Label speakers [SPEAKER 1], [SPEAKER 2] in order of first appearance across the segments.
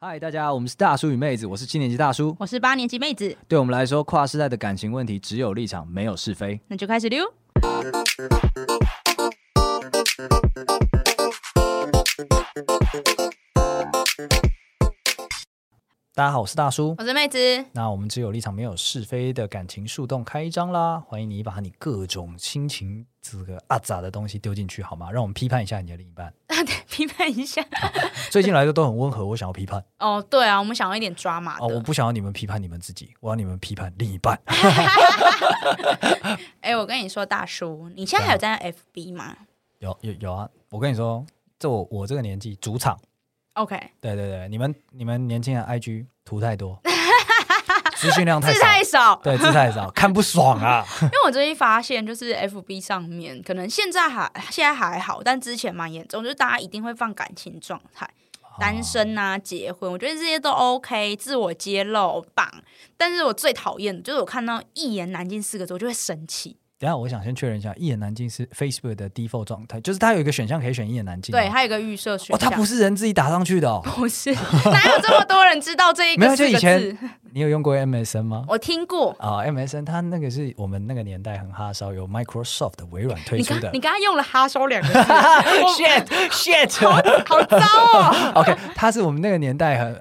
[SPEAKER 1] 嗨，大家，我们是大叔与妹子，我是七年级大叔。
[SPEAKER 2] 我是八年级妹子，
[SPEAKER 1] 对我们来说，跨世代的感情问题只有立场，没有是非。
[SPEAKER 2] 那就开始溜。
[SPEAKER 1] 大家好，我是大叔。
[SPEAKER 2] 我是妹子，
[SPEAKER 1] 那我们只有立场，没有是非的感情树洞开张啦！欢迎你把你各种心情这个阿杂的东西丢进去，好吗？让我们批判一下你的另一半。
[SPEAKER 2] 批判一下。
[SPEAKER 1] 最近来的都很温和，我想要批判
[SPEAKER 2] 哦，对啊，我们想要一点抓马
[SPEAKER 1] 哦，我
[SPEAKER 2] 的。
[SPEAKER 1] 不想要你们批判你们自己，我要你们批判另一半。
[SPEAKER 2] 哎、我跟你说，大叔，你现在还
[SPEAKER 1] 啊
[SPEAKER 2] 有在 FB 吗
[SPEAKER 1] 有有有啊！我跟你说，这我我这个年纪，主场，
[SPEAKER 2] ？OK，
[SPEAKER 1] 对对对，你们你们年轻人 IG 图太 多，资讯量太
[SPEAKER 2] 字
[SPEAKER 1] 少，
[SPEAKER 2] 太少，
[SPEAKER 1] 对，字太少， 看不爽啊！
[SPEAKER 2] 因为我最近发现，就是 FB 上面可能现在还现在还好，但之前蛮严重，就是大家一定会放感情状态，
[SPEAKER 1] 哦
[SPEAKER 2] 单身啊、结婚，我觉得这些都 OK，自我揭露棒。但是我最讨厌的就是我看到“一言难尽”四个字，我就会生气。
[SPEAKER 1] 等一下，我想先确认一下，一言难尽是 Facebook 的 default 状态，就是它有一个选项可以选一言难尽。啊
[SPEAKER 2] 对，，还有一个预设选
[SPEAKER 1] 哦，它
[SPEAKER 2] 项，
[SPEAKER 1] 不是人自己打上去的哦。
[SPEAKER 2] 不是， 哪有这么多人知道这一
[SPEAKER 1] 没
[SPEAKER 2] 个
[SPEAKER 1] 有就
[SPEAKER 2] 四
[SPEAKER 1] 以
[SPEAKER 2] 个
[SPEAKER 1] 前
[SPEAKER 2] 字？
[SPEAKER 1] 你有用过 MSN 吗？
[SPEAKER 2] 我听过。
[SPEAKER 1] 啊、m s n 它那个是我们那个年代很哈烧，有 Microsoft 微软推
[SPEAKER 2] 你
[SPEAKER 1] 出
[SPEAKER 2] 刚
[SPEAKER 1] 的
[SPEAKER 2] 你。刚刚用了“哈收”两个 字，我
[SPEAKER 1] shit shit，OK，
[SPEAKER 2] 好糟哦！
[SPEAKER 1] 它是我们那个年代很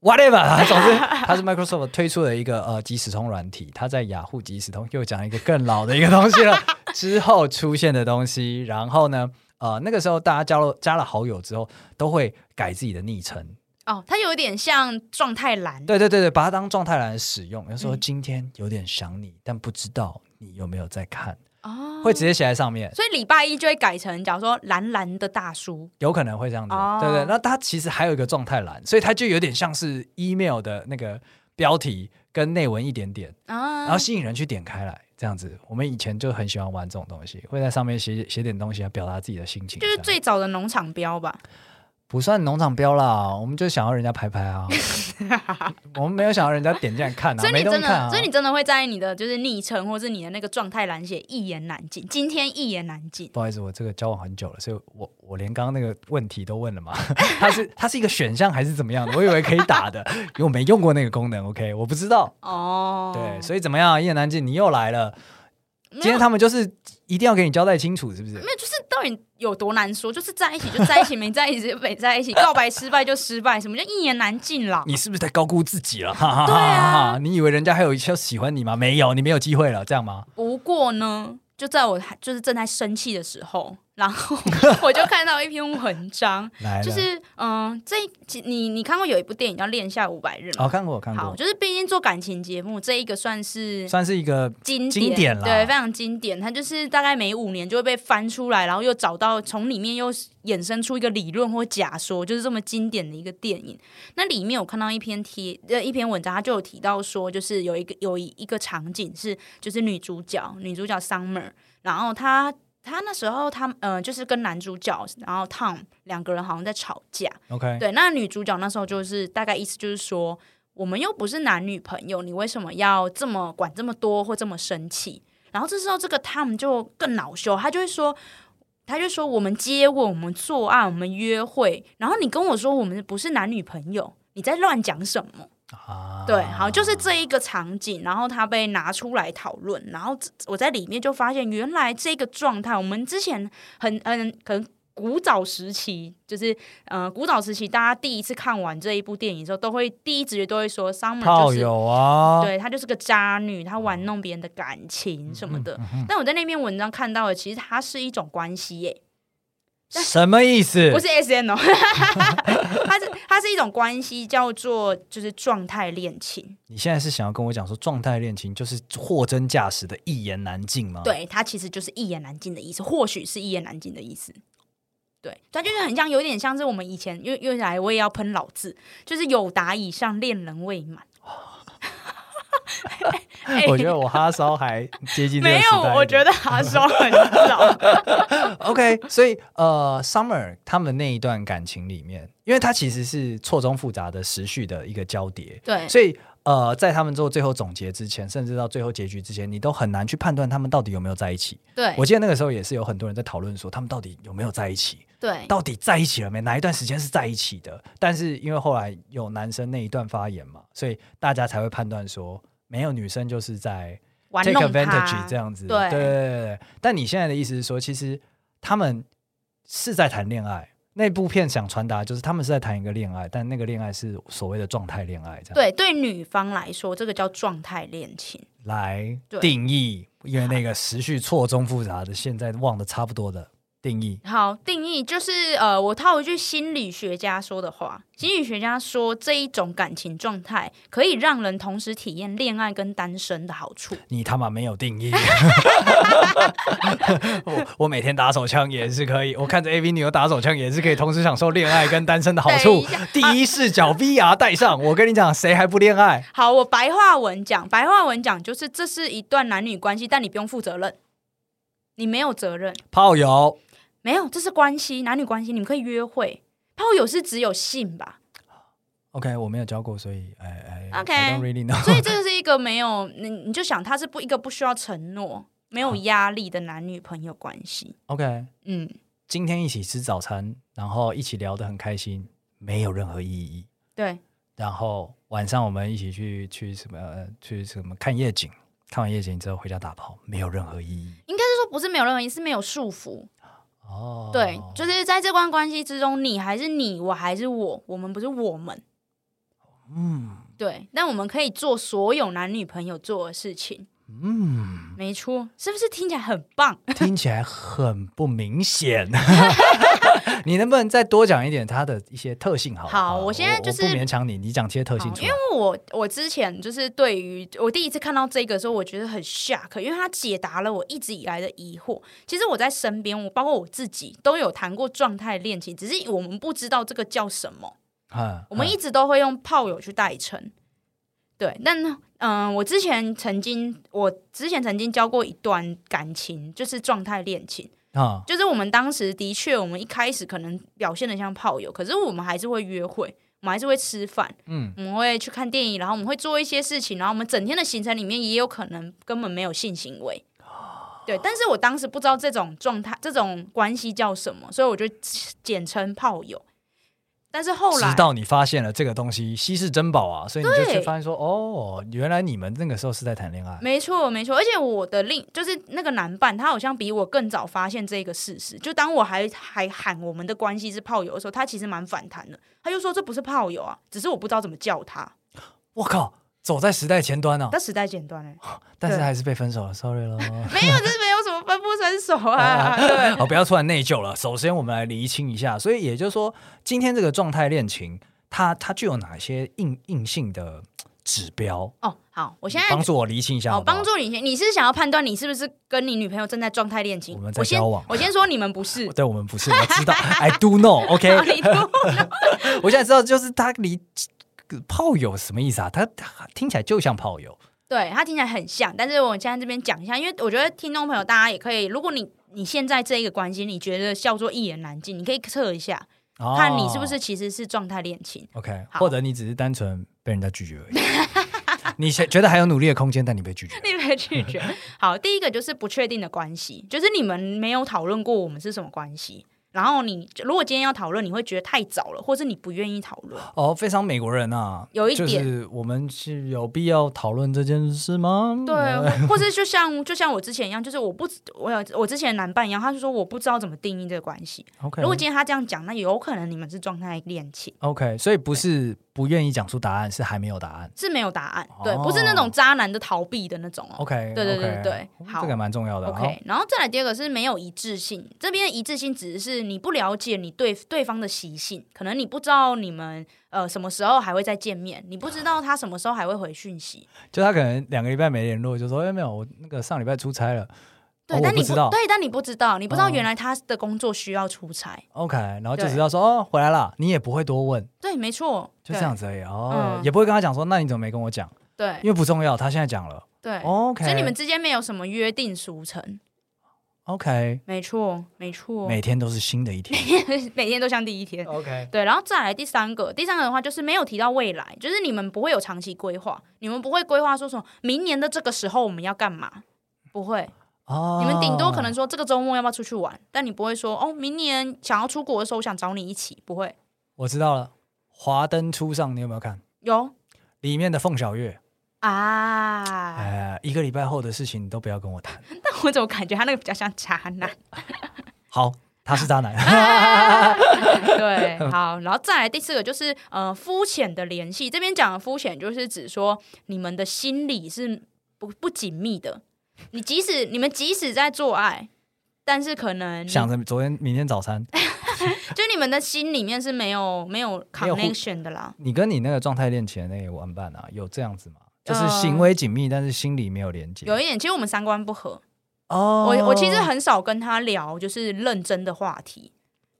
[SPEAKER 1] whatever，总啊之它是 Microsoft 推出的一个呃即时通软体，它在雅虎即时通又讲一个更老的一个东西了，之后出现的东西。然后呢，呃，那个时候大家加了加了好友之后，都会改自己的昵称，
[SPEAKER 2] 哦，它有点像状态栏，
[SPEAKER 1] 对对对对，把它当状态栏使用。有时候
[SPEAKER 2] 嗯
[SPEAKER 1] 今天有点想你，但不知道你有没有在看，
[SPEAKER 2] 哦，
[SPEAKER 1] 会直接写在上面，
[SPEAKER 2] 所以礼拜一就会改成，假如说蓝蓝的大叔，
[SPEAKER 1] 有可能会这样子。
[SPEAKER 2] 哦
[SPEAKER 1] 对对，那它其实还有一个状态栏，所以它就有点像是 email 的那个标题跟内文一点点，
[SPEAKER 2] 啊，
[SPEAKER 1] 然后吸引人去点开来。这样子，我们以前就很喜欢玩这种东西，会在上面写写点东西来啊表达自己的心情。
[SPEAKER 2] 就是
[SPEAKER 1] 这样
[SPEAKER 2] 最早的农场标吧。
[SPEAKER 1] 不算农场标啦，我们就想要人家拍拍啊，我们没有想要人家点进来看啊，
[SPEAKER 2] 所以你
[SPEAKER 1] 没东
[SPEAKER 2] 真
[SPEAKER 1] 西看
[SPEAKER 2] 的，
[SPEAKER 1] 啊。
[SPEAKER 2] 所以你真的会在你的就是昵称或是你的那个状态栏写一言难尽，今天一言难尽。
[SPEAKER 1] 不好意思，我这个交往很久了，所以我我连刚刚那个问题都问了嘛， 它是它是一个选项还是怎么样的？我以为可以打的，因为我没用过那个功能，OK，我不知道。
[SPEAKER 2] 哦，
[SPEAKER 1] 对，所以怎么样，一言难尽，你又来了。今
[SPEAKER 2] 有
[SPEAKER 1] 天他们就是一定要给你交代清楚，是不是
[SPEAKER 2] 没？有，就是到底有多难说？就是在一起就在一起，没在一起就没在一起，告白失败就失败，什么叫一言难尽啦？
[SPEAKER 1] 你是不是太高估自己了？哈哈哈
[SPEAKER 2] 对
[SPEAKER 1] 哈
[SPEAKER 2] 啊
[SPEAKER 1] 哈！ 你以为人家还有要喜欢你吗？没有，你没有机会了，这样吗？
[SPEAKER 2] 不过呢，就在我还就是正在生气的时候， 然后我就看到一篇文章，
[SPEAKER 1] 来了，
[SPEAKER 2] 就是嗯、这一集你你看过有一部电影叫《恋夏五百日》
[SPEAKER 1] 哦，
[SPEAKER 2] 吗？
[SPEAKER 1] 看过，看
[SPEAKER 2] 好，
[SPEAKER 1] 过，
[SPEAKER 2] 就是毕竟做感情节目，这一个算是
[SPEAKER 1] 算是一个
[SPEAKER 2] 经典，
[SPEAKER 1] 经典啦
[SPEAKER 2] 对，非常经典。它就是大概每五年就会被翻出来，然后又找到从里面又衍生出一个理论或假说，就是这么经典的一个电影。那里面我看到一篇贴呃一篇文章，它就有提到说，就是有一个有一一个场景是，就是女主角女主角 Summer，然后她。她那时候她，呃，就是跟男主角，然后 Tom 两个人好像在吵架，
[SPEAKER 1] OK，
[SPEAKER 2] 对，那女主角那时候就是大概意思就是说，我们又不是男女朋友，你为什么要这么管这么多或这么生气？然后这时候这个 Tom 就更恼羞，他就会说。他就说：“我们接吻，我们做爱，我们约会，然后你跟我说我们不是男女朋友，你在乱讲什么？”
[SPEAKER 1] 啊
[SPEAKER 2] 对，嗯好，就是这一个场景，然后它被拿出来讨论，然后这我在里面就发现，原来这个状态，我们之前很嗯，可能古早时期，就是呃，古早时期，大家第一次看完这一部电影的时候，都会第一直觉都会说，Summer
[SPEAKER 1] 炮
[SPEAKER 2] 就是
[SPEAKER 1] 友啊，
[SPEAKER 2] 对她就是个渣女，她玩弄别人的感
[SPEAKER 1] 嗯
[SPEAKER 2] 情什么的。但我在那篇文章看到的，其实它是一种关系耶、
[SPEAKER 1] 什么意思？
[SPEAKER 2] 不是 S N 哦， 它是它是一种关系，叫做就是状态恋情。
[SPEAKER 1] 你现在是想要跟我讲说，状态恋情就是货真价实的一言难尽吗？，
[SPEAKER 2] 对，它其实就是一言难尽的意思，或许是一言难尽的意思。对，它就是很像，有点像是我们以前，因为因为来我也要喷老字，就是有达以上恋人未满。哎
[SPEAKER 1] 我觉得我哈烧还接近这个
[SPEAKER 2] 没有，我觉
[SPEAKER 1] 得
[SPEAKER 2] 得他说很老。
[SPEAKER 1] OK。所以呃，Summer 他们那一段感情里面，因为它其实是错综复杂的时序的一个交叠，
[SPEAKER 2] 对
[SPEAKER 1] 所以呃，在他们做最后总结之前，甚至到最后结局之前，你都很难去判断他们到底有没有在一起。
[SPEAKER 2] 对
[SPEAKER 1] 我记得那个时候也是有很多人在讨论说，他们到底有没有在一起，
[SPEAKER 2] 对
[SPEAKER 1] 到底在一起了没，哪一段时间是在一起的。但是因为后来有男生那一段发言嘛，所以大家才会判断说，没有女生就是在
[SPEAKER 2] 玩
[SPEAKER 1] take
[SPEAKER 2] 弄
[SPEAKER 1] advantage
[SPEAKER 2] 他
[SPEAKER 1] 这样子。
[SPEAKER 2] 对
[SPEAKER 1] 对对对对但你现在的意思是说，其实他们是在谈恋爱。那部片想传达就是他们是在谈一个恋爱，但那个恋爱是所谓的状态恋爱，这样
[SPEAKER 2] 对，对女方来说，这个叫状态恋情。
[SPEAKER 1] 来
[SPEAKER 2] 对
[SPEAKER 1] 定义，因为那个时序错综复杂的，现在忘的差不多的定义。
[SPEAKER 2] 好，定义就是呃，我套一句心理学家说的话，心理学家说这一种感情状态可以让人同时体验恋爱跟单身的好处。
[SPEAKER 1] 你他妈没有定义！ 我我每天打手枪也是可以，我看着 AV 女优打手枪也是可以同时享受恋爱跟单身的好处。第一视角 VR 带上，我跟你讲，谁还不恋爱？
[SPEAKER 2] 好，我白话文讲，白话文讲就是这是一段男女关系，但你不用负责任，你没有责任，
[SPEAKER 1] 炮友
[SPEAKER 2] 没有，这是关系，男女关系，你们可以约会。炮友是只有性吧？
[SPEAKER 1] ，OK，我没有教过，所以哎哎
[SPEAKER 2] OK
[SPEAKER 1] I don't really know。
[SPEAKER 2] 所以这是一个没有你，你就想他是不一个不需要承诺、没有压力的男女朋友关系。
[SPEAKER 1] OK，
[SPEAKER 2] 嗯，
[SPEAKER 1] 今天一起吃早餐，然后一起聊得很开心，没有任何意义。
[SPEAKER 2] 对，
[SPEAKER 1] 然后晚上我们一起去去什么呃去什么看夜景，看完夜景之后回家打炮，没有任何意义。
[SPEAKER 2] 应该是说不是没有任何意思，是没有束缚。
[SPEAKER 1] 哦，
[SPEAKER 2] 对，就是在这段关系之中，你还是你，我还是我，我们不是我们。
[SPEAKER 1] 嗯
[SPEAKER 2] 对，但我们可以做所有男女朋友做的事情。
[SPEAKER 1] 嗯。
[SPEAKER 2] 没错，是不是听起来很棒？
[SPEAKER 1] 听起来很不明显。你能不能再多讲一点它的一些特性好了？
[SPEAKER 2] 好
[SPEAKER 1] 啊
[SPEAKER 2] 我现在就是
[SPEAKER 1] 我不勉强你，你讲这些特性
[SPEAKER 2] 好
[SPEAKER 1] 出
[SPEAKER 2] 因
[SPEAKER 1] 来
[SPEAKER 2] 为。我我之前就是对于我第一次看到这个的时候，我觉得很 shock，因为它解答了我一直以来的疑惑。其实我在身边，我包括我自己都有谈过状态恋情，只是我们不知道这个叫什么，
[SPEAKER 1] 嗯
[SPEAKER 2] 我们一
[SPEAKER 1] 嗯
[SPEAKER 2] 直都会用炮友去代称。对，但嗯、呃我之前曾经，我之前曾经交过一段感情，就是状态恋情。
[SPEAKER 1] 啊
[SPEAKER 2] 就是我们当时的确，我们一开始可能表现的像炮友，可是我们还是会约会，我们还是会吃饭，
[SPEAKER 1] 嗯
[SPEAKER 2] 嗯，我们会去看电影，然后我们会做一些事情，然后我们整天的行程里面也有可能根本没有性行为。
[SPEAKER 1] 哦
[SPEAKER 2] 对，但是我当时不知道这种状态、这种关系叫什么，所以我就简称炮友。但是后来
[SPEAKER 1] 直，到你发现了这个东西稀世珍宝啊，所以你就
[SPEAKER 2] 对
[SPEAKER 1] 去发现说，哦，原来你们那个时候是在谈恋爱。
[SPEAKER 2] 没错，没错，而且我的另就是那个男伴，他好像比我更早发现这个事实。就当我还还喊我们的关系是炮友的时候，他其实蛮反弹的，他就说这不是炮友啊，只是我不知道怎么叫他。
[SPEAKER 1] 哦我靠，走在时代前端啊，
[SPEAKER 2] 但时代简 短哎、
[SPEAKER 1] 但是还是被分手了，sorry 喽。
[SPEAKER 2] 没有，这没有什么分不分手 啊，
[SPEAKER 1] 哦
[SPEAKER 2] 对，
[SPEAKER 1] 好，不要突然内疚了。首先，我们来厘清一下。所以也就是说，今天这个状态恋情，它它具有哪些硬硬性的指标？
[SPEAKER 2] 哦，好，我现在
[SPEAKER 1] 帮助我厘清一下
[SPEAKER 2] 哦，
[SPEAKER 1] 好不好，
[SPEAKER 2] 帮助你先，你是想要判断你是不是跟你女朋友正在状态恋情？
[SPEAKER 1] 我们在
[SPEAKER 2] 我先
[SPEAKER 1] 交往，
[SPEAKER 2] 我先说你们不是
[SPEAKER 1] 对 我们不是，我知 道，I do know，OK、
[SPEAKER 2] 好你都
[SPEAKER 1] 我现在知道，就是他离炮友什么意思啊？他他听起来就像炮友，
[SPEAKER 2] 对，它听起来很像，但是我现在这边讲一下，因为我觉得听众朋友大家也可以，如果你你现在这一个关系，你觉得叫做一言难尽，你可以测一下，
[SPEAKER 1] 哦
[SPEAKER 2] 看你是不是其实是状态恋情。
[SPEAKER 1] OK，
[SPEAKER 2] 好
[SPEAKER 1] 或者你只是单纯被人家拒绝而已。 你觉觉得还有努力的空间，但你被拒绝了。
[SPEAKER 2] 你被拒 绝。好，第一个就是不确定的关系，就是你们没有讨论过我们是什么关系。然后你如果今天要讨论，你会觉得太早了，或是你不愿意讨论。
[SPEAKER 1] 哦，非常美国人啊，
[SPEAKER 2] 有一
[SPEAKER 1] 就
[SPEAKER 2] 点
[SPEAKER 1] 是我们是有必要讨论这件事吗？
[SPEAKER 2] 对，或或是就像就像我之前一样，就是我不我有我之前的男伴一样，他就说我不知道怎么定义这个关系。
[SPEAKER 1] ，OK，
[SPEAKER 2] 如果今天他这样讲，那有可能你们是状态恋情。
[SPEAKER 1] OK，所以不是不愿意讲出答案，是还没有答案。
[SPEAKER 2] 是没有答案，
[SPEAKER 1] 哦
[SPEAKER 2] 对，不是那种渣男的逃避的那种哦。
[SPEAKER 1] OK，
[SPEAKER 2] 对对
[SPEAKER 1] OK 哦
[SPEAKER 2] 对对好
[SPEAKER 1] 这个蛮重要的。哦好
[SPEAKER 2] OK，然后再来第二个是没有一致性，这边的一致性指的是你不了解你对对方的习性，可能你不知道你们呃什么时候还会再见面，你不知道他什么时候还会回讯息，
[SPEAKER 1] 就他可能两个礼拜没联络，就说：“哎、没有，我那个上礼拜出差了。”
[SPEAKER 2] 对，
[SPEAKER 1] 哦、我
[SPEAKER 2] 但你
[SPEAKER 1] 知道。
[SPEAKER 2] 对，但你不知道，你不知道
[SPEAKER 1] 哦
[SPEAKER 2] 原来他的工作需要出差，
[SPEAKER 1] OK，然后就
[SPEAKER 2] 对
[SPEAKER 1] 知道说：“哦，回来了。”你也不会多问，
[SPEAKER 2] 对，没错，
[SPEAKER 1] 就这样子而已。哦，
[SPEAKER 2] 嗯
[SPEAKER 1] 也不会跟他讲说：“那你怎么没跟我讲？”
[SPEAKER 2] 对，
[SPEAKER 1] 因为不重要，他现在讲了。
[SPEAKER 2] 对对，
[SPEAKER 1] 哦 OK，
[SPEAKER 2] 所以你们之间没有什么约定俗成，
[SPEAKER 1] OK，
[SPEAKER 2] 没错，没错，
[SPEAKER 1] 每天都是新的一天。
[SPEAKER 2] 每天都像第一天。
[SPEAKER 1] OK，
[SPEAKER 2] 对，然后再来第三个，第三个的话就是没有提到未来，就是你们不会有长期规划，你们不会规划说什么明年的这个时候我们要干嘛，不会。
[SPEAKER 1] 哦，
[SPEAKER 2] 你们顶多可能说这个周末要不要出去玩，但你不会说哦，明年想要出国的时候我想找你一起，不会。
[SPEAKER 1] 我知道了，《华灯初上》你有没有看？
[SPEAKER 2] 有
[SPEAKER 1] 里面的凤小岳，
[SPEAKER 2] 啊，
[SPEAKER 1] 哎、一个礼拜后的事情你都不要跟我 谈。
[SPEAKER 2] 但我怎么感觉他那个比较像渣男？
[SPEAKER 1] 好，他是 渣
[SPEAKER 2] 啊
[SPEAKER 1] 男。
[SPEAKER 2] 对，好，然后再来第四个就是呃肤浅的联系，这边讲的肤浅就是指说你们的心理是不不紧密的，你即使你们即使在做爱，但是可能
[SPEAKER 1] 想着昨天、明天早餐，
[SPEAKER 2] 就你们的心里面是没有没有
[SPEAKER 1] 没有互
[SPEAKER 2] connection 的啦。
[SPEAKER 1] 你跟你那个状态恋情的那个玩伴啊，有这样子吗？就是
[SPEAKER 2] 呃
[SPEAKER 1] 行为紧密，但是心里没有连接。
[SPEAKER 2] 有一点，其实我们三观不合，
[SPEAKER 1] 哦，
[SPEAKER 2] 我我其实很少跟他聊就是认真的话题，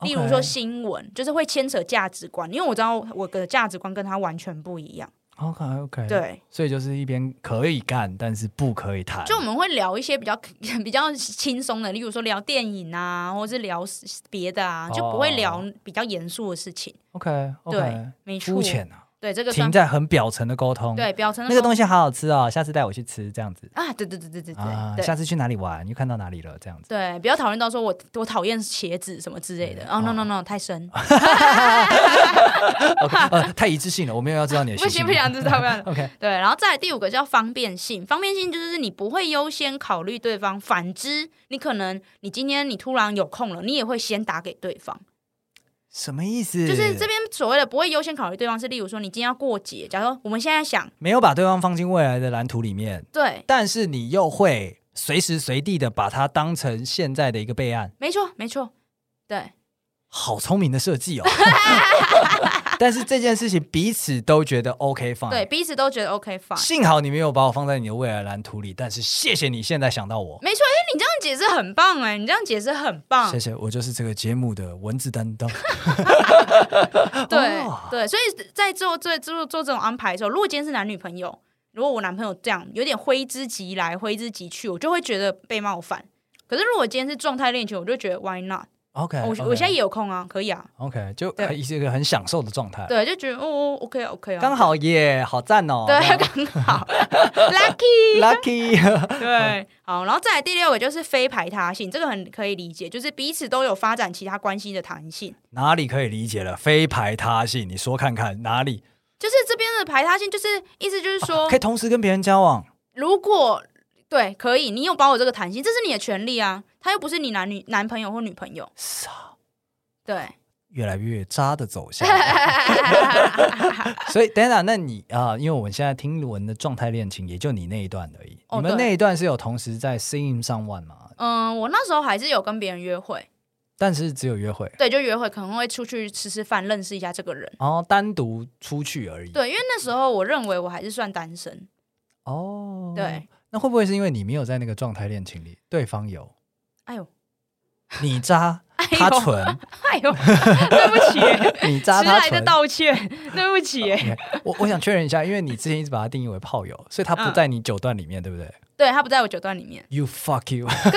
[SPEAKER 2] 例如说
[SPEAKER 1] OK
[SPEAKER 2] 新闻，就是会牵扯价值观，因为我知道我的价值观跟他完全不一样。
[SPEAKER 1] OK OK，，
[SPEAKER 2] 对，
[SPEAKER 1] 所以就是一边可以干，但是不可以谈。
[SPEAKER 2] 就我们会聊一些比较 比较轻松的，例如说聊电影啊，或者是聊别的啊，
[SPEAKER 1] 哦
[SPEAKER 2] 就不会聊比较严肃的事情。
[SPEAKER 1] OK
[SPEAKER 2] 对
[SPEAKER 1] OK，，
[SPEAKER 2] 没错
[SPEAKER 1] 肤，浅啊，
[SPEAKER 2] 对这个
[SPEAKER 1] 停
[SPEAKER 2] 算
[SPEAKER 1] 在很表层的沟通。，
[SPEAKER 2] 对表层的
[SPEAKER 1] 那个东
[SPEAKER 2] 西
[SPEAKER 1] 西好好吃哦，下次带我去吃这样子
[SPEAKER 2] 啊，对对对对对对、
[SPEAKER 1] 啊，
[SPEAKER 2] 对
[SPEAKER 1] 下次去哪里玩又看到哪里了这样 子。
[SPEAKER 2] 对，不要讨论到说我我讨厌鞋子什么之类的。哦、no no no，太深，
[SPEAKER 1] OK，呃，太一致性了，我没有要知道你的
[SPEAKER 2] 不
[SPEAKER 1] 习性
[SPEAKER 2] 行不。啊想知 道不想。
[SPEAKER 1] OK，
[SPEAKER 2] 对，然后再来第五个叫方便性，方便性就是你不会优先考虑对方，反之，你可能你今天你突然有空了，你也会先打给对方。
[SPEAKER 1] 什么意思？
[SPEAKER 2] 就是这边所谓的不会优先考虑对方，是例如说你今天要过节，假如说我们现在想
[SPEAKER 1] 没有把对方放进未来的蓝图里面，
[SPEAKER 2] 对，
[SPEAKER 1] 但是你又会随时随地的把它当成现在的一个备案，
[SPEAKER 2] 没错没错，对
[SPEAKER 1] 好聪明的设计 哦。 但是这件事情彼此都觉得 OK 放。
[SPEAKER 2] 对，彼此都觉得 OK fine。
[SPEAKER 1] 幸好你没有把我放在你的未来蓝图里，但是谢谢你现在想到我，
[SPEAKER 2] 没错，哎、你这样解释很棒哎、你这样解释很棒
[SPEAKER 1] 谢，谢，我就是这个节目的文字担当。
[SPEAKER 2] 对、
[SPEAKER 1] 哦
[SPEAKER 2] 对，所以在做做做做这种安排的时候，如果今天是男女朋友，如果我男朋友这样有点挥之即来挥之即去，我就会觉得被冒犯。可是如果今天是状态恋情，我就觉得 Why not？、
[SPEAKER 1] OK，
[SPEAKER 2] 我
[SPEAKER 1] OK
[SPEAKER 2] 我现在也有空啊，可以啊，
[SPEAKER 1] OK，就
[SPEAKER 2] 对
[SPEAKER 1] 呃是一个很享受的状态，
[SPEAKER 2] 对，就觉得哦 OK 啊 OK 啊，
[SPEAKER 1] 刚好耶，好赞哦，
[SPEAKER 2] 对，刚好 lucky。
[SPEAKER 1] l u c k y
[SPEAKER 2] 对，好，然后再来第六个就是非排他性，这个很可以理解，就是彼此都有发展其他关系的弹性。
[SPEAKER 1] 哪里可以理解了？非排他性，你说看看哪里
[SPEAKER 2] 就是这边的排他性，就是意思就是说，
[SPEAKER 1] 哦可以同时跟别人交往？
[SPEAKER 2] 如果对可以，你有保有这个弹性，这是你的权利啊，他又不是你男女男朋友或女朋友。
[SPEAKER 1] 是啊
[SPEAKER 2] 对，
[SPEAKER 1] 越来越渣的走向，所以等等，那你啊、因为我们现在听闻的状态恋情也就你那一段而已。
[SPEAKER 2] 哦
[SPEAKER 1] 你们
[SPEAKER 2] 对
[SPEAKER 1] 那一段是有同时在 seeing someone 吗？
[SPEAKER 2] 嗯，我那时候还是有跟别人约会，
[SPEAKER 1] 但是只有约会，
[SPEAKER 2] 对，就约会可能会出去吃吃饭，认识一下这个人。
[SPEAKER 1] 然后哦单独出去而已。
[SPEAKER 2] 对，因为那时候我认为我还是算单身，
[SPEAKER 1] 哦，
[SPEAKER 2] 对，
[SPEAKER 1] 那会不会是因为你没有在那个状态恋情里，对方 有，
[SPEAKER 2] 哎呦，
[SPEAKER 1] 你渣
[SPEAKER 2] 哎呦
[SPEAKER 1] 他 蠢，
[SPEAKER 2] 哎呦，对不起，
[SPEAKER 1] 你渣
[SPEAKER 2] 迟
[SPEAKER 1] 他
[SPEAKER 2] 来的
[SPEAKER 1] 蠢。
[SPEAKER 2] 道歉，对不起。
[SPEAKER 1] OK，我我想确认一下，因为你之前一直把他定义为炮友，所以他不
[SPEAKER 2] 嗯
[SPEAKER 1] 在你九段里面，对不对
[SPEAKER 2] 对他不在我九段里 面，
[SPEAKER 1] ？You fuck you，
[SPEAKER 2] 他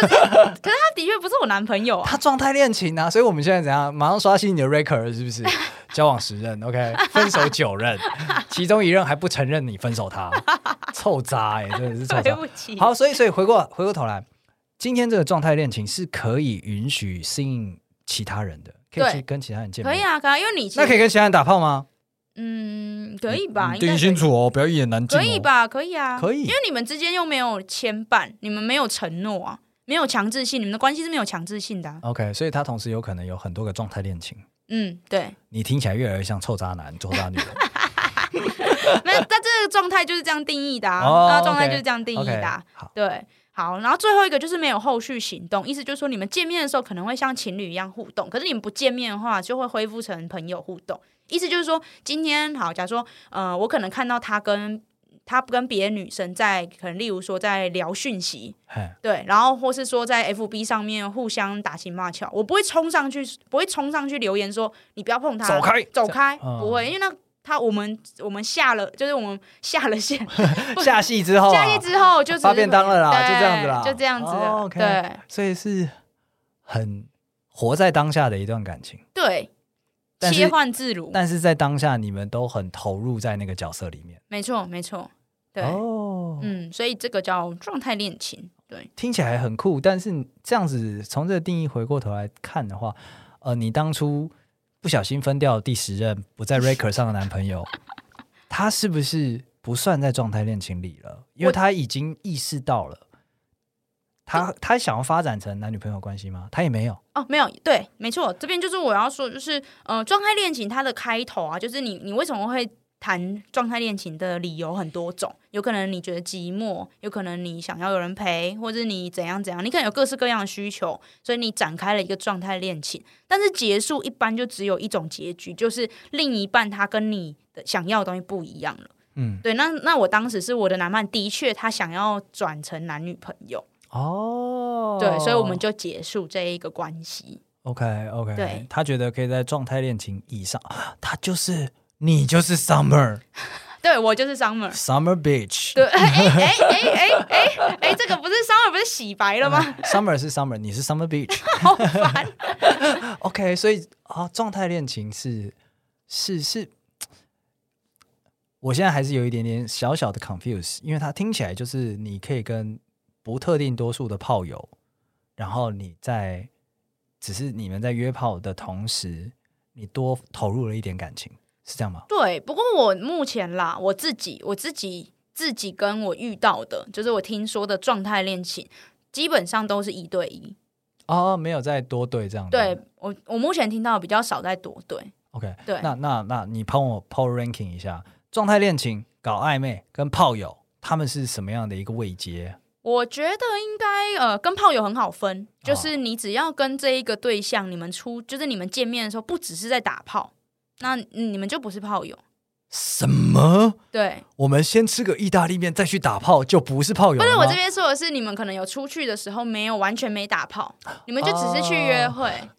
[SPEAKER 2] 的确不是我男 朋友啊。
[SPEAKER 1] 他状态恋情啊，所以我们现在怎样？马上刷新你的 record 是不 是？交往十任，OK，分手九 任，其中一任还不承认你分手他， 臭渣哎、真的是臭
[SPEAKER 2] 对
[SPEAKER 1] 渣。
[SPEAKER 2] 不起。
[SPEAKER 1] 好，所以所以回过回过头来，今天这个状态恋情是可以允许吸引其他人的，可以
[SPEAKER 2] 对
[SPEAKER 1] 去跟其他人见面，
[SPEAKER 2] 可以啊，可以啊，因为你其实
[SPEAKER 1] 那可以跟其他人打炮吗？
[SPEAKER 2] 嗯，可以吧？
[SPEAKER 1] 你
[SPEAKER 2] 应
[SPEAKER 1] 定
[SPEAKER 2] 该
[SPEAKER 1] 义
[SPEAKER 2] 可以
[SPEAKER 1] 清楚哦，不要一言难尽、哦。
[SPEAKER 2] 可以？吧？可以啊，
[SPEAKER 1] 可以
[SPEAKER 2] 因为你们之间又没有牵绊，你们没有承诺啊，没有强制性，你们的关系是没有强制性的啊、
[SPEAKER 1] OK，所以他同时有可能有很多个状态恋情。
[SPEAKER 2] 嗯， 对，
[SPEAKER 1] 你听起来越来越像臭渣男、臭渣女 了。
[SPEAKER 2] 那那这个状态就是这样定义的啊，
[SPEAKER 1] 哦
[SPEAKER 2] 那状态
[SPEAKER 1] OK，
[SPEAKER 2] 就是这样定义
[SPEAKER 1] OK，
[SPEAKER 2] 的啊、
[SPEAKER 1] 好，
[SPEAKER 2] 对。好，然后最后一个就是没有后续行动，意思就是说你们见面的时候可能会像情侣一样互动，可是你们不见面的话就会恢复成朋友互动。意思就是说，今天好，假如说呃，我可能看到他跟他跟别的女生在，可能例如说在聊讯息，
[SPEAKER 1] 嘿，
[SPEAKER 2] 对，然后或是说在 FB 上面互相打情骂俏，我不会冲上去，不会冲上去留言说你不要碰他，
[SPEAKER 1] 走开
[SPEAKER 2] 走开，
[SPEAKER 1] 嗯
[SPEAKER 2] 不会，因为那他我们我们下了，就是我们下了线，
[SPEAKER 1] 下戏之后、啊，
[SPEAKER 2] 下线之后就只是
[SPEAKER 1] 发便当了啦
[SPEAKER 2] 对
[SPEAKER 1] 就这样子啦
[SPEAKER 2] 就这样子了。
[SPEAKER 1] 哦，OK
[SPEAKER 2] 对
[SPEAKER 1] 所以是很活在当下的一段感情，
[SPEAKER 2] 对，
[SPEAKER 1] 但是
[SPEAKER 2] 切换自如，
[SPEAKER 1] 但是在当下你们都很投入在那个角色里面。
[SPEAKER 2] 没错没错，对，
[SPEAKER 1] 哦，
[SPEAKER 2] 嗯，所以这个叫状态恋情，对，
[SPEAKER 1] 听起来很酷，但是这样子从这个定义回过头来看的话，呃，你当初不小心分掉第十任不在 Raker 上的男朋友，他是不是不算在状态恋情里了？因为
[SPEAKER 2] 我
[SPEAKER 1] 他已经意识到了，他他想要发展成男女朋友关系吗？他也没有，
[SPEAKER 2] 哦，没有，对，没错，这边就是我要说，就是呃，状态恋情它的开头啊，就是你你为什么会谈状态恋情的理由很多种，有可能你觉得寂寞，有可能你想要有人陪，或者你怎样怎样，你可能有各式各样的需求，所以你展开了一个状态恋情，但是结束一般就只有一种结局，就是另一半他跟你的想要的东西不一样了。
[SPEAKER 1] 嗯，
[SPEAKER 2] 对，那那我当时是我的男伴，的确他想要转成男女朋友，
[SPEAKER 1] 哦，
[SPEAKER 2] 对，所以我们就结束这一个关系。
[SPEAKER 1] OK OK，
[SPEAKER 2] 对
[SPEAKER 1] 他觉得可以在状态恋情以上，他就是你就是 Summer
[SPEAKER 2] 对我就是 Summer，
[SPEAKER 1] Summer Beach，
[SPEAKER 2] 对，哎哎哎哎哎哎哎，这个不是 Summer 不是洗白了 吗？
[SPEAKER 1] ，Summer 是 Summer，你是 Summer Beach。
[SPEAKER 2] 好烦，
[SPEAKER 1] OK，所以啊，状态恋情是是是，我现在还是有一点点小小的 confuse，因为它听起来就是你可以跟不特定多数的炮友，然后你在只是你们在约炮的同时，你多投入了一点感情，是这样吗？
[SPEAKER 2] 对，不过我目前啦，我自己我自己自己跟我遇到的，就是我听说的状态恋情，基本上都是一对一。
[SPEAKER 1] 哦，没有再多对这样子。
[SPEAKER 2] 对我我目前听到的比较少在多对，
[SPEAKER 1] ，OK，
[SPEAKER 2] 对
[SPEAKER 1] 那那那你帮我 power ranking 一下，状态恋情、搞暧昧跟炮友，他们是什么样的一个位阶？
[SPEAKER 2] 我觉得应该呃，跟炮友很好分，就是你只要跟这一个对象，你们出就是你们见面的时候，不只是在打炮，那嗯你们就不是炮友。
[SPEAKER 1] 什么？
[SPEAKER 2] 对，
[SPEAKER 1] 我们先吃个意大利面，再去打炮，就不是炮友
[SPEAKER 2] 不
[SPEAKER 1] 了
[SPEAKER 2] 是
[SPEAKER 1] 吗
[SPEAKER 2] 我这边说的是，你们可能有出去的时候没有完全没打 炮，你们就只是去约会。
[SPEAKER 1] 哦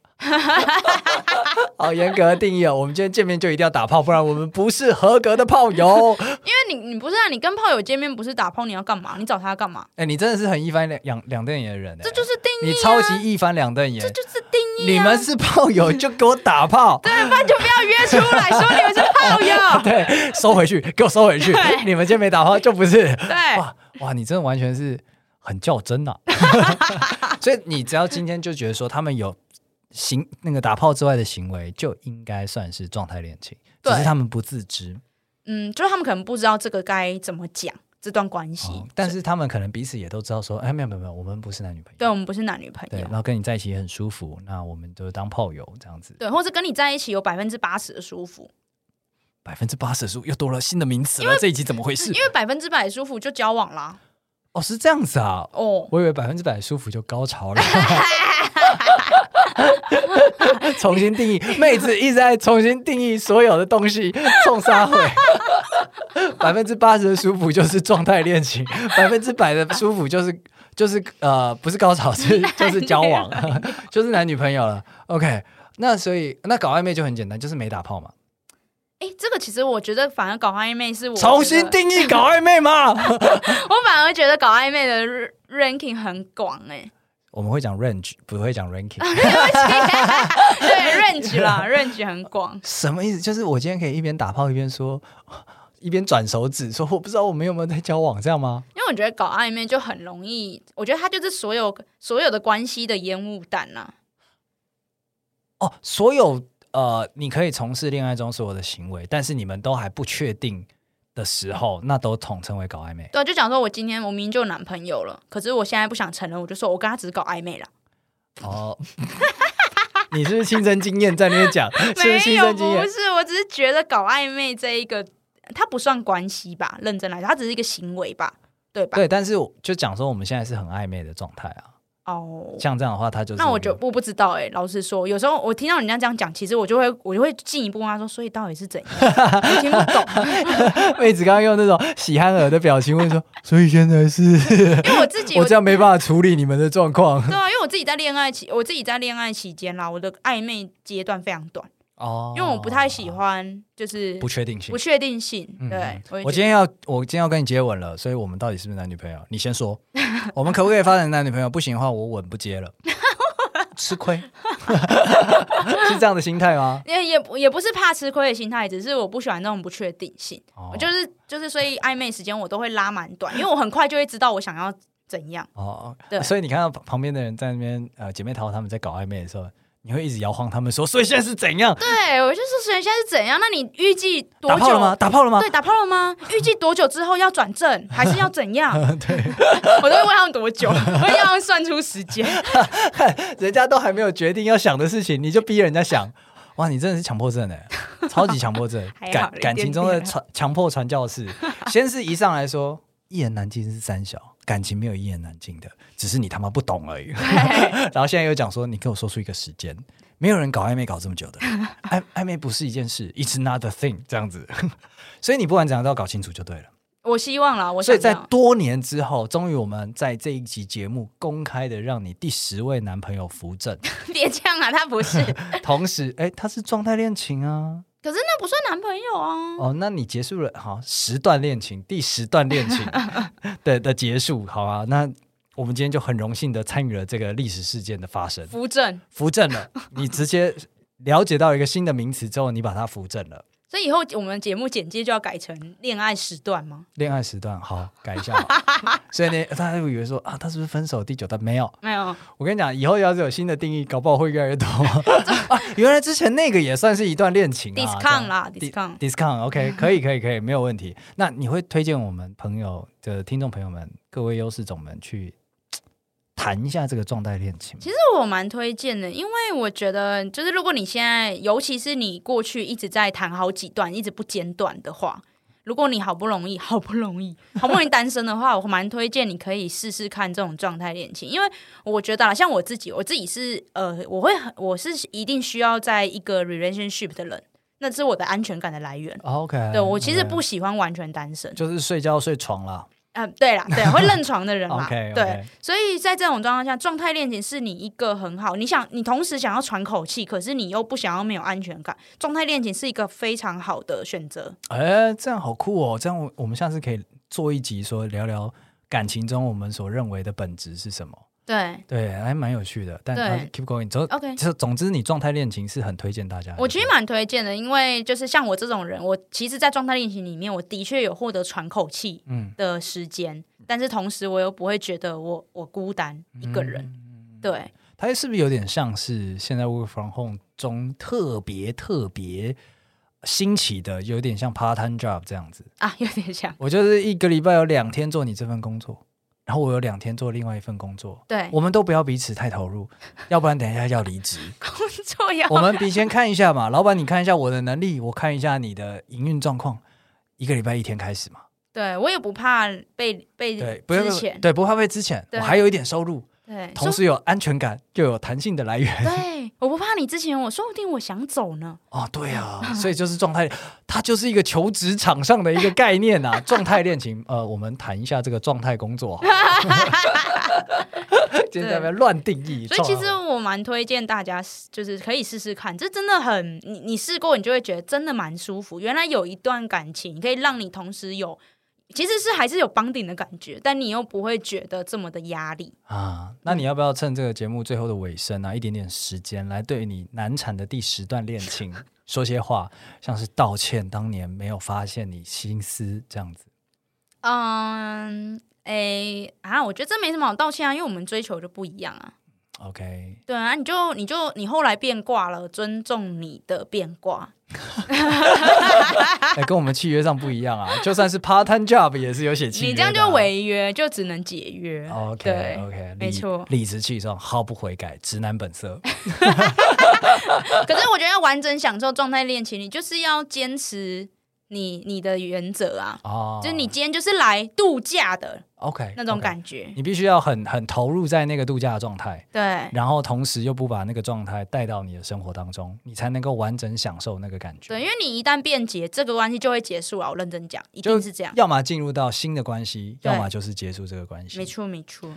[SPEAKER 1] 好严格的定义哦。我们今天见面就一定要打炮，不然我们不是合格的炮 友。
[SPEAKER 2] 因为你你不是啊，你跟炮友见面不是打炮，你要干嘛？你找他干嘛？
[SPEAKER 1] 哎、你真的是很一翻两两两瞪眼的人哎、
[SPEAKER 2] 这就是定义、
[SPEAKER 1] 你
[SPEAKER 2] 啊，
[SPEAKER 1] 超级一翻两瞪眼
[SPEAKER 2] 这。就是定义、啊。
[SPEAKER 1] 你们是炮友就给我打 炮，
[SPEAKER 2] 对，不然就不要约出来说你们是 炮友。
[SPEAKER 1] 对，收回去，给我收回去。
[SPEAKER 2] 对
[SPEAKER 1] 你们今天没打炮就不是。
[SPEAKER 2] 对
[SPEAKER 1] 哇哇，你真的完全是很较真 呐、啊。所以你只要今天就觉得说他们有行那个打炮之外的行为，就应该算是状态恋情，只是
[SPEAKER 2] 对
[SPEAKER 1] 他们不自知。
[SPEAKER 2] 嗯，就是他们可能不知道这个该怎么讲这段关系，
[SPEAKER 1] 哦但是他们可能彼此也都知道说，哎，没有没有没有，我们不是男女朋友。
[SPEAKER 2] 对我们不是男女朋
[SPEAKER 1] 对
[SPEAKER 2] 友
[SPEAKER 1] 然。后跟你在一起也很舒服，那我们就当炮友这样子。
[SPEAKER 2] 对，或者跟你在一起有百分之八十的舒服，
[SPEAKER 1] 百分之八十的又多了新的名词了，这一集怎么回事
[SPEAKER 2] 因？为百分之百舒服就交往啦。
[SPEAKER 1] 哦，是这样子啊，
[SPEAKER 2] 哦，
[SPEAKER 1] 我以为百分之百舒服就高潮 了。重新定义，妹子一直在重新定义所有的东西，冲杀 会。百分之八十的舒服就是状态恋情，百分之百的舒服就是就是呃不是高潮，是就是交 往，就是男女朋友了。OK，那所以那搞暧昧就很简单，就是没打炮嘛。
[SPEAKER 2] 哎，这个其实我觉得反而搞暧昧是我
[SPEAKER 1] 重
[SPEAKER 2] 觉
[SPEAKER 1] 新
[SPEAKER 2] 得
[SPEAKER 1] 定义搞暧昧嘛。
[SPEAKER 2] 我反而觉得搞暧昧的 r- ranking 很广 哎、
[SPEAKER 1] 我们会讲 range，不会讲 ranking。
[SPEAKER 2] 对 range 啦，range 很广。
[SPEAKER 1] 什么意思？就是我今天可以一边打炮一边说， 一边转手指说，我不知道我们有没有在交往，这样吗？
[SPEAKER 2] 因为我觉得搞暧昧就很容易，我觉得它就是所有所有的关系的烟雾弹啊呐、
[SPEAKER 1] 哦，所有呃，你可以从事恋爱中所有的行为，但是你们都还不确定的时候，那都统称为搞暧昧。
[SPEAKER 2] 对啊、就讲说我今天我明明就有男朋友了，可是我现在不想承认，我就说我跟他只是搞暧昧啦。
[SPEAKER 1] 哦， 你是不是亲身经验在那边 讲？是不是
[SPEAKER 2] 没
[SPEAKER 1] 亲
[SPEAKER 2] 有，
[SPEAKER 1] 身经验
[SPEAKER 2] 不？是，我只是觉得搞暧昧这一个，它不算关系吧？认真来说，它只是一个行为吧，对吧？
[SPEAKER 1] 对，但是我就讲说我们现在是很暧昧的状态啊，
[SPEAKER 2] 哦
[SPEAKER 1] 像这样的话，他就是
[SPEAKER 2] 那我
[SPEAKER 1] 一个
[SPEAKER 2] 就我不知道哎、老实说，有时候我听到人家这样讲，其实我就会我就会进一步问他说，所以到底是怎样？我听不懂，啊
[SPEAKER 1] 妹子刚刚用那种喜憨儿的表情问说：“ 所以现在是
[SPEAKER 2] 因为我自己
[SPEAKER 1] 我
[SPEAKER 2] 我
[SPEAKER 1] 这样没办法处理你们的状况
[SPEAKER 2] 对啊，因为我自己在恋爱期，我自己在恋爱期间啦，我的暧昧阶段非常短，
[SPEAKER 1] 哦，
[SPEAKER 2] 因为我不太喜欢就是
[SPEAKER 1] 不确定性
[SPEAKER 2] 不。确定性。
[SPEAKER 1] 嗯
[SPEAKER 2] 对，
[SPEAKER 1] 嗯
[SPEAKER 2] 我
[SPEAKER 1] 我
[SPEAKER 2] 就觉
[SPEAKER 1] 今
[SPEAKER 2] 得
[SPEAKER 1] 天要我今天要跟你接吻了，所以我们到底是不是男女朋友？你先说， 我们可不可以发展男女朋友？不行的话，我吻不接 了，吃亏， 是这样的心态 吗？
[SPEAKER 2] 也也不也不是怕吃亏的心态，只是我不喜欢那种不确定性。
[SPEAKER 1] 哦
[SPEAKER 2] 我就是就是，所以暧昧时间我都会拉蛮短，因为我很快就会知道我想要 怎样。
[SPEAKER 1] 哦，
[SPEAKER 2] 对
[SPEAKER 1] 所以你看到旁边的人在那边呃姐妹淘他们在搞暧昧的时候，你会一直摇晃他们说，所以现在是怎样？
[SPEAKER 2] 对，我就是说现在是怎样？那你预计多
[SPEAKER 1] 打炮了吗？
[SPEAKER 2] 久？
[SPEAKER 1] 打炮了吗？
[SPEAKER 2] 对，打炮了吗？预计多久之后要 转正，还是要怎样？我都会问他们多久，我也要他们算出时间。
[SPEAKER 1] 人家都还没有决定要想的事情，你就逼人家 想。哇，你真的是强迫症哎，超级强迫症
[SPEAKER 2] 还，好
[SPEAKER 1] 感
[SPEAKER 2] 一
[SPEAKER 1] 感情
[SPEAKER 2] 点
[SPEAKER 1] 中的
[SPEAKER 2] 点
[SPEAKER 1] 传强迫传教 士。先是一上来说一言难尽是三小，感情没有一言难尽的，只是你他妈不懂而已。 然后现在又讲说，你给我说出一个时间，没有人搞暧昧搞这么久 的，暧暧昧不是一件事，it's not a thing 这样子。 所以你不管怎样都要搞清楚就对了。
[SPEAKER 2] 我希望啦，我
[SPEAKER 1] 所
[SPEAKER 2] 想
[SPEAKER 1] 以在
[SPEAKER 2] 要
[SPEAKER 1] 多年之后，终于我们在这一集节目公开的让你第十位男朋友扶正。
[SPEAKER 2] 别这样啊，他不 是，
[SPEAKER 1] 同时，哎，他是状态恋情啊。
[SPEAKER 2] 可是那不算男朋友啊。
[SPEAKER 1] 哦，那你结束了，好，十段恋情，第十段恋情的的结束，好啊。那我们今天就很荣幸的参与了这个历史事件的发生，
[SPEAKER 2] 扶正，
[SPEAKER 1] 扶正了。你直接了解到一个新的名词之后，你把它扶正了。
[SPEAKER 2] 所以以后我们节目简介就要改成恋爱时段吗？
[SPEAKER 1] 恋爱时段，好，改一下好。所以呢，大家会以为说啊，他是不是分手第九段？没有，
[SPEAKER 2] 没有，
[SPEAKER 1] 我跟你讲，以后要是有新的定义，搞不好会越来 越多。啊、原来之前那个也算是一段恋情啊
[SPEAKER 2] Discount 啦
[SPEAKER 1] 这样
[SPEAKER 2] discount
[SPEAKER 1] Di- discount，OK，、可 以，可以，可以，没有问题。那你会推荐我们朋友的听众朋友们，各位优势种们去嘖谈一下这个状态恋情吗？
[SPEAKER 2] 其实我蛮推荐的，因为我觉得就是如果你现在，尤其是你过去一直在谈好几段，一直不间断的话。如果你好不容易、好不容易、好不容易单身的话，我蛮推荐你可以试试看这种状态恋情，因为我觉得啦，啊像我自己，我自己是呃，我会很我是一定需要在一个 relationship 的人，那是我的安全感的来源。
[SPEAKER 1] o k
[SPEAKER 2] 对我其
[SPEAKER 1] 嗯
[SPEAKER 2] 实不喜欢完全单身，
[SPEAKER 1] 哦就是睡觉睡床啦。
[SPEAKER 2] 嗯，对啦，对，会认床的人嘛
[SPEAKER 1] OK，OK
[SPEAKER 2] 对，所以在这种状况下，状态恋情是你一个很好，你想你同时想要喘口气，可是你又不想要没有安全感，状态恋情是一个非常好的选择。
[SPEAKER 1] 哎，这样好酷哦！这样我我们下次可以做一集，说聊聊感情中我们所认为的本质是什么。
[SPEAKER 2] 对
[SPEAKER 1] 对，还蛮有趣的。但
[SPEAKER 2] 对
[SPEAKER 1] 啊 keep going，总
[SPEAKER 2] ，OK。
[SPEAKER 1] 就总之，你状态恋情是很推荐大家的。
[SPEAKER 2] 我其实蛮推荐的，因为就是像我这种人，我其实，在状态恋情里面，我的确有获得喘口气
[SPEAKER 1] 嗯
[SPEAKER 2] 的时间，但是同时我又不会觉得我我孤单一个人。
[SPEAKER 1] 嗯
[SPEAKER 2] 对，
[SPEAKER 1] 它是不是有点像是现在 work from home 中特别特别兴起的，有点像 part time job 这样子？
[SPEAKER 2] 啊， 有点像，
[SPEAKER 1] 我就是一个礼拜有两天做你这份工作，然后我有两天做另外一份工作，
[SPEAKER 2] 对，
[SPEAKER 1] 我们都不要彼此太投入，要不然等一下要离职。
[SPEAKER 2] 工作要
[SPEAKER 1] 我们比先看一下嘛，老板你看一下我的能力，我看一下你的营运状况，一个礼拜一天开始嘛，
[SPEAKER 2] 对我也不怕被被
[SPEAKER 1] 对，不用
[SPEAKER 2] 之前
[SPEAKER 1] 对不怕被之前，我
[SPEAKER 2] 对
[SPEAKER 1] 还有一点收入，
[SPEAKER 2] 对，
[SPEAKER 1] 同
[SPEAKER 2] 说
[SPEAKER 1] 时有安全感又有弹性的来源。
[SPEAKER 2] 对，我不怕你之前，我说不定我想走呢。
[SPEAKER 1] 哦，对 啊，所以就是状态，它就是一个求职场上的一个概念 啊。状态恋情，呃，我们谈一下这个状态工作好 了。今天在那边乱定义，
[SPEAKER 2] 所以其实
[SPEAKER 1] 状态
[SPEAKER 2] 我蛮推荐大家，就是可以试试看，这真的很，你你试过，你就会觉得真的蛮舒服。原来有一段感情可以让你同时有，其实是还是有绑定的感觉，但你又不会觉得这么的压力。
[SPEAKER 1] 啊，那你要不要趁这个节目最后的尾声啊，一点点时间来对你难产的第十段恋情说些话，像是道歉当年没有发现你心思这样子。
[SPEAKER 2] 嗯，诶、啊，我觉得这没什么好道歉啊，因为我们追求就不一样啊。
[SPEAKER 1] OK，
[SPEAKER 2] 对啊，你就你就你后来变卦了，尊重你的变卦。
[SPEAKER 1] 哎、跟我们契约上不一样啊，就算是 part time job 也是有写契约、啊
[SPEAKER 2] 你这样就。违约，就只能解约。
[SPEAKER 1] OK
[SPEAKER 2] 对
[SPEAKER 1] OK，
[SPEAKER 2] 没错
[SPEAKER 1] 理直气壮，毫不悔改，直男本 色。
[SPEAKER 2] 可是我觉得要完整享受状态恋情，你就是要坚持你你的原则啊，
[SPEAKER 1] 哦，
[SPEAKER 2] 就是你今天就是来度假的
[SPEAKER 1] OK
[SPEAKER 2] 那种
[SPEAKER 1] OK
[SPEAKER 2] 感觉。
[SPEAKER 1] 你必须要很很投入在那个度假的状态，
[SPEAKER 2] 对
[SPEAKER 1] 然后同时又不把那个状态带到你的生活当中，你才能够完整享受那个感觉。
[SPEAKER 2] 对，因为你一旦变节，这个关系就会结束啊。我认真讲，一
[SPEAKER 1] 就
[SPEAKER 2] 定是这样。
[SPEAKER 1] 要么进入到新的关系，
[SPEAKER 2] 对
[SPEAKER 1] 要么就是结束这个关系。
[SPEAKER 2] 没，错，没错。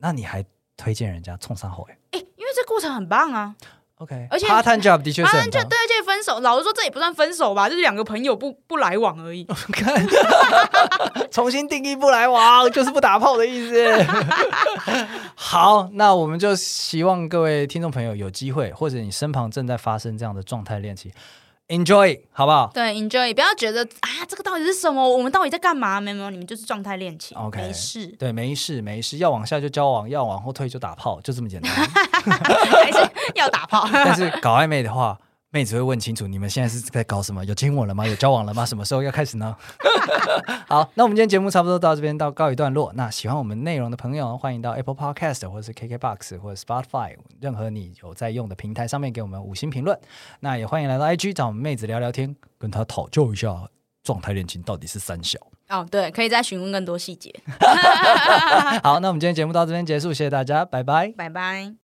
[SPEAKER 1] 那你还推荐人家冲上后哎
[SPEAKER 2] 因为这过程很棒啊，
[SPEAKER 1] OK，
[SPEAKER 2] 而且
[SPEAKER 1] part time job 的确
[SPEAKER 2] 啊
[SPEAKER 1] 是很
[SPEAKER 2] 就
[SPEAKER 1] 棒
[SPEAKER 2] 对，而且分手，老实说这也不算分手吧，就是两个朋友不不来往 而已。
[SPEAKER 1] 看，重新定义不来往，就是不打炮的意思。好，那我们就希望各位听众朋友有机会，或者你身旁正在发生这样的状态练习，enjoy，好不好？
[SPEAKER 2] 对，enjoy，不要觉得啊，这个到底是什么？我们到底在干嘛？没有没有，你们就是状态恋情
[SPEAKER 1] OK，
[SPEAKER 2] 没事
[SPEAKER 1] 对，没事没事，要往下就交往，要往后退就打炮，就这么简单。
[SPEAKER 2] 还是要打炮。
[SPEAKER 1] 但是搞暧昧的话，妹子会问清楚你们现在是在搞什么，有亲吻了吗？有交往了吗？什么时候要开始呢？ 好，那我们今天节目差不多到这边到告一段落。那喜欢我们内容的朋友，欢迎到 Apple Podcast 或者是 KKBox 或者 Spotify 任何你有在用的平台上面给我们五星评论。那也欢迎来到 IG 找我们妹子聊聊天，跟她讨教一下状态恋情到底是三小。
[SPEAKER 2] 哦，对，可以再询问更多细节。
[SPEAKER 1] 好，那我们今天节目到这边结束，谢谢大家，拜拜。
[SPEAKER 2] 拜拜。